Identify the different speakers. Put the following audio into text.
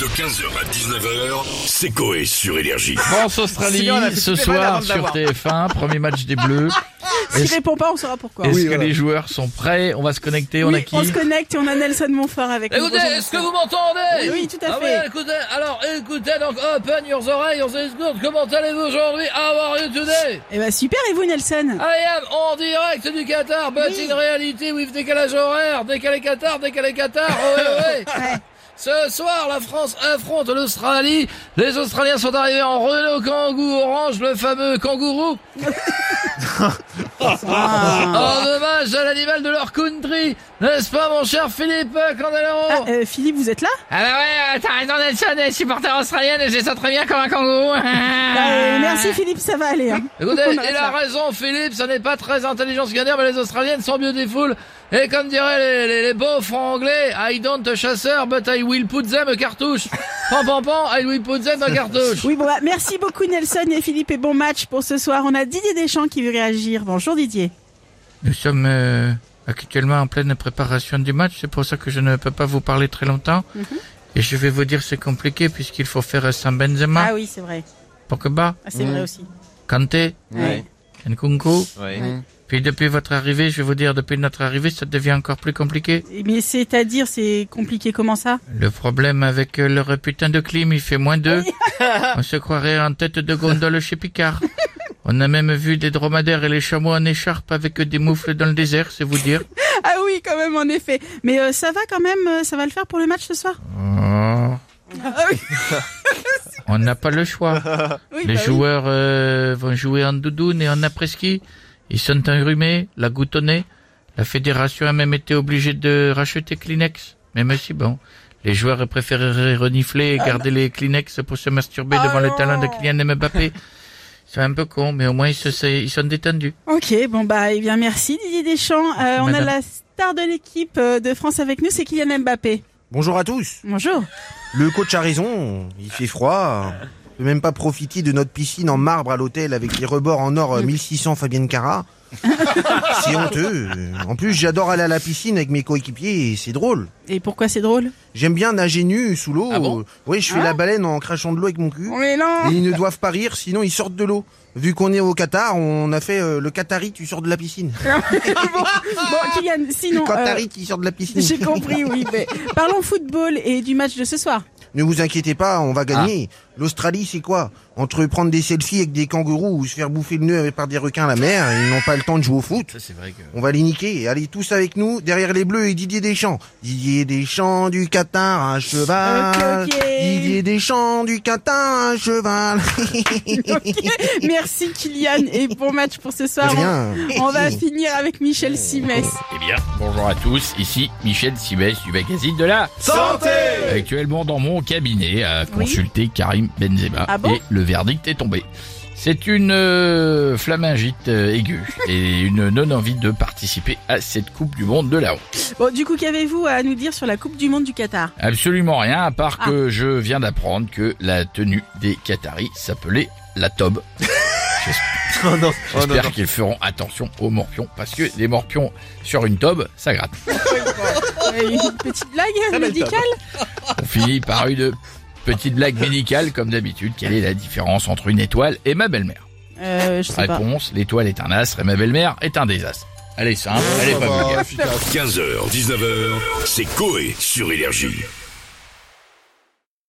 Speaker 1: De 15h à 19h, c'est Coé sur Énergie.
Speaker 2: France-Australie,
Speaker 3: Sinon, on a fait
Speaker 2: ce
Speaker 3: toutes les vannes avant
Speaker 2: soir
Speaker 3: de
Speaker 2: sur
Speaker 3: l'avoir. Ah
Speaker 2: TF1, premier match des Bleus.
Speaker 4: S'il
Speaker 2: Est-ce
Speaker 4: répond pas, on saura pourquoi.
Speaker 2: est-ce
Speaker 4: Oui,
Speaker 2: que les joueurs sont prêts On va se connecter, on a qui
Speaker 4: on se connecte et on a Nelson Montfort avec nous.
Speaker 5: Écoutez,
Speaker 4: Bonjour,
Speaker 5: est-ce que
Speaker 4: Nelson.
Speaker 5: vous m'entendez
Speaker 4: Oui, oui, tout à
Speaker 5: Ah
Speaker 4: fait.
Speaker 5: oui, écoutez, alors écoutez, donc open your oreilles, on se good, comment allez-vous aujourd'hui How are you today
Speaker 4: Eh ben super, et vous Nelson
Speaker 5: I am en direct du Qatar, but in reality with décalage horaire, décalé Qatar, décalé Qatar, oh, ouais, ouais. Ce soir, la France affronte l'Australie. Les Australiens sont arrivés en Renault Kangoo Orange, le fameux kangourou.
Speaker 3: Ah.
Speaker 5: En hommage à l'animal de leur country. N'est-ce pas, mon cher Philippe Candelero
Speaker 4: Ah, euh, Philippe, vous êtes là
Speaker 5: Ah bah ouais, euh, t'as raison Nelson, elle est supporter australienne et j'ai ça très bien comme un kangourou.
Speaker 3: Bah,
Speaker 5: Ah.
Speaker 4: Euh, Merci Philippe, ça va aller. hein.
Speaker 5: Écoutez,
Speaker 4: On arrête
Speaker 5: il a
Speaker 4: là.
Speaker 5: raison Philippe, ce n'est pas très intelligent ce qu'il dire, mais les Australiennes sont beautiful. Et comme diraient les, les, les beaux franglais, I don't a chasseur, but I will put them a cartouche. Pan pan pan, I will put them a cartouche.
Speaker 4: Oui, bon, bah, merci beaucoup Nelson et Philippe et bon match pour ce soir. On a Didier Deschamps qui veut réagir. Bonjour Didier.
Speaker 2: Nous sommes euh, actuellement en pleine préparation du match, c'est pour ça que je ne peux pas vous parler très longtemps.
Speaker 4: Mhm.
Speaker 2: Et je vais vous dire c'est compliqué puisqu'il faut faire sans Benzema,
Speaker 4: Ah oui, c'est vrai.
Speaker 2: Pogba,
Speaker 4: Ah, c'est vrai aussi.
Speaker 2: Kanté,
Speaker 3: Ouais.
Speaker 2: Nkunku.
Speaker 3: Ouais.
Speaker 2: Puis depuis votre arrivée, je vais vous dire, depuis notre arrivée, ça devient encore plus compliqué.
Speaker 4: Mais c'est-à-dire, c'est compliqué comment ça
Speaker 2: Le problème avec euh, leur putain de clim, il fait moins deux. On se croirait en tête de gondole chez Picard. On a même vu des dromadaires et les chameaux en écharpe avec des moufles dans le désert, c'est vous dire.
Speaker 4: Ah oui, quand même, en effet. Mais euh, ça va quand même, euh, ça va le faire pour le match ce soir Ah
Speaker 2: Oh. On n'a pas le choix.
Speaker 4: Oui,
Speaker 2: Les
Speaker 4: bah oui.
Speaker 2: joueurs euh, vont jouer en doudoune et en après-ski. Ils sont enrhumés, la goutonnée. La fédération a même été obligée de racheter Kleenex. Même si bon, les joueurs préféreraient renifler et garder les Kleenex pour se masturber
Speaker 4: Ah
Speaker 2: devant le
Speaker 4: non.
Speaker 2: talent de Kylian Mbappé. C'est un peu con, mais au moins ils, se, c'est- ils sont détendus.
Speaker 4: Ok, bon bah, eh bien merci Didier Deschamps. Euh, on a
Speaker 2: madame.
Speaker 4: la star de l'équipe euh, de France avec nous, c'est Kylian Mbappé.
Speaker 6: Bonjour à tous.
Speaker 4: Bonjour.
Speaker 6: Le coach a raison. Il fait froid. On peut même pas profiter de notre piscine en marbre à l'hôtel avec les rebords en or euh, 1600 Fabienne Cara. C'est honteux. En plus, j'adore aller à la piscine avec mes coéquipiers et c'est drôle.
Speaker 4: Et pourquoi c'est drôle
Speaker 6: J'aime bien nager nu sous l'eau.
Speaker 5: Ah bon
Speaker 6: oui, je fais la baleine en crachant de l'eau avec mon cul.
Speaker 4: Mais non
Speaker 6: Et ils ne doivent pas rire, sinon ils sortent de l'eau. Vu qu'on est au Qatar, on a fait euh, le Qatari, tu sors de la piscine.
Speaker 4: Bon, Kylian,
Speaker 6: Le
Speaker 4: sinon... euh,
Speaker 6: Qatari, tu sors de la piscine.
Speaker 4: J'ai compris, oui, mais parlons football et du match de ce soir.
Speaker 6: Ne vous inquiétez pas, on va
Speaker 5: Ah.
Speaker 6: gagner. L'Australie, c'est quoi Entre prendre des selfies avec des kangourous ou se faire bouffer le nœud avec- par des requins à la mer, ils n'ont pas le temps de jouer au foot.
Speaker 5: c'est vrai que...
Speaker 6: On va les niquer. Allez tous avec nous, derrière les bleus et Didier Deschamps. Didier Deschamps du Qatar à cheval.
Speaker 4: Ok, ok.
Speaker 6: Didier Deschamps du Qatar à cheval.
Speaker 4: Merci Kylian et bon match pour ce soir.
Speaker 6: Rien.
Speaker 4: On va finir avec Michel Simès.
Speaker 5: Eh bien, bonjour à tous, ici Michel Sibès du magazine de la Santé Actuellement dans mon cabinet à consulter Karim Benzema.
Speaker 4: Ah bon
Speaker 5: et le verdict est tombé. C'est une euh, flamingite euh, aiguë et une non-envie de participer à cette Coupe du Monde de la honte.
Speaker 4: Bon, du coup, qu'avez-vous à nous dire sur la Coupe du Monde du Qatar
Speaker 5: Absolument rien, à part
Speaker 4: Ah.
Speaker 5: que je viens d'apprendre que la tenue des Qataris s'appelait la tobe.
Speaker 3: Oh non. Oh non.
Speaker 5: J'espère qu'ils feront attention aux morpions, parce que des morpions sur une tobe, ça gratte.
Speaker 4: Euh, Une petite blague euh, médicale
Speaker 5: On finit par une petite blague médicale, comme d'habitude. Quelle est la différence entre une étoile et ma belle-mère
Speaker 4: euh,
Speaker 5: Ah,
Speaker 4: Je sais pas.
Speaker 5: Réponse, l'étoile est un astre et ma belle-mère est un désastre. Elle est simple, elle est pas vulgaire.
Speaker 1: 15h, 19h, c'est Coé sur Énergie.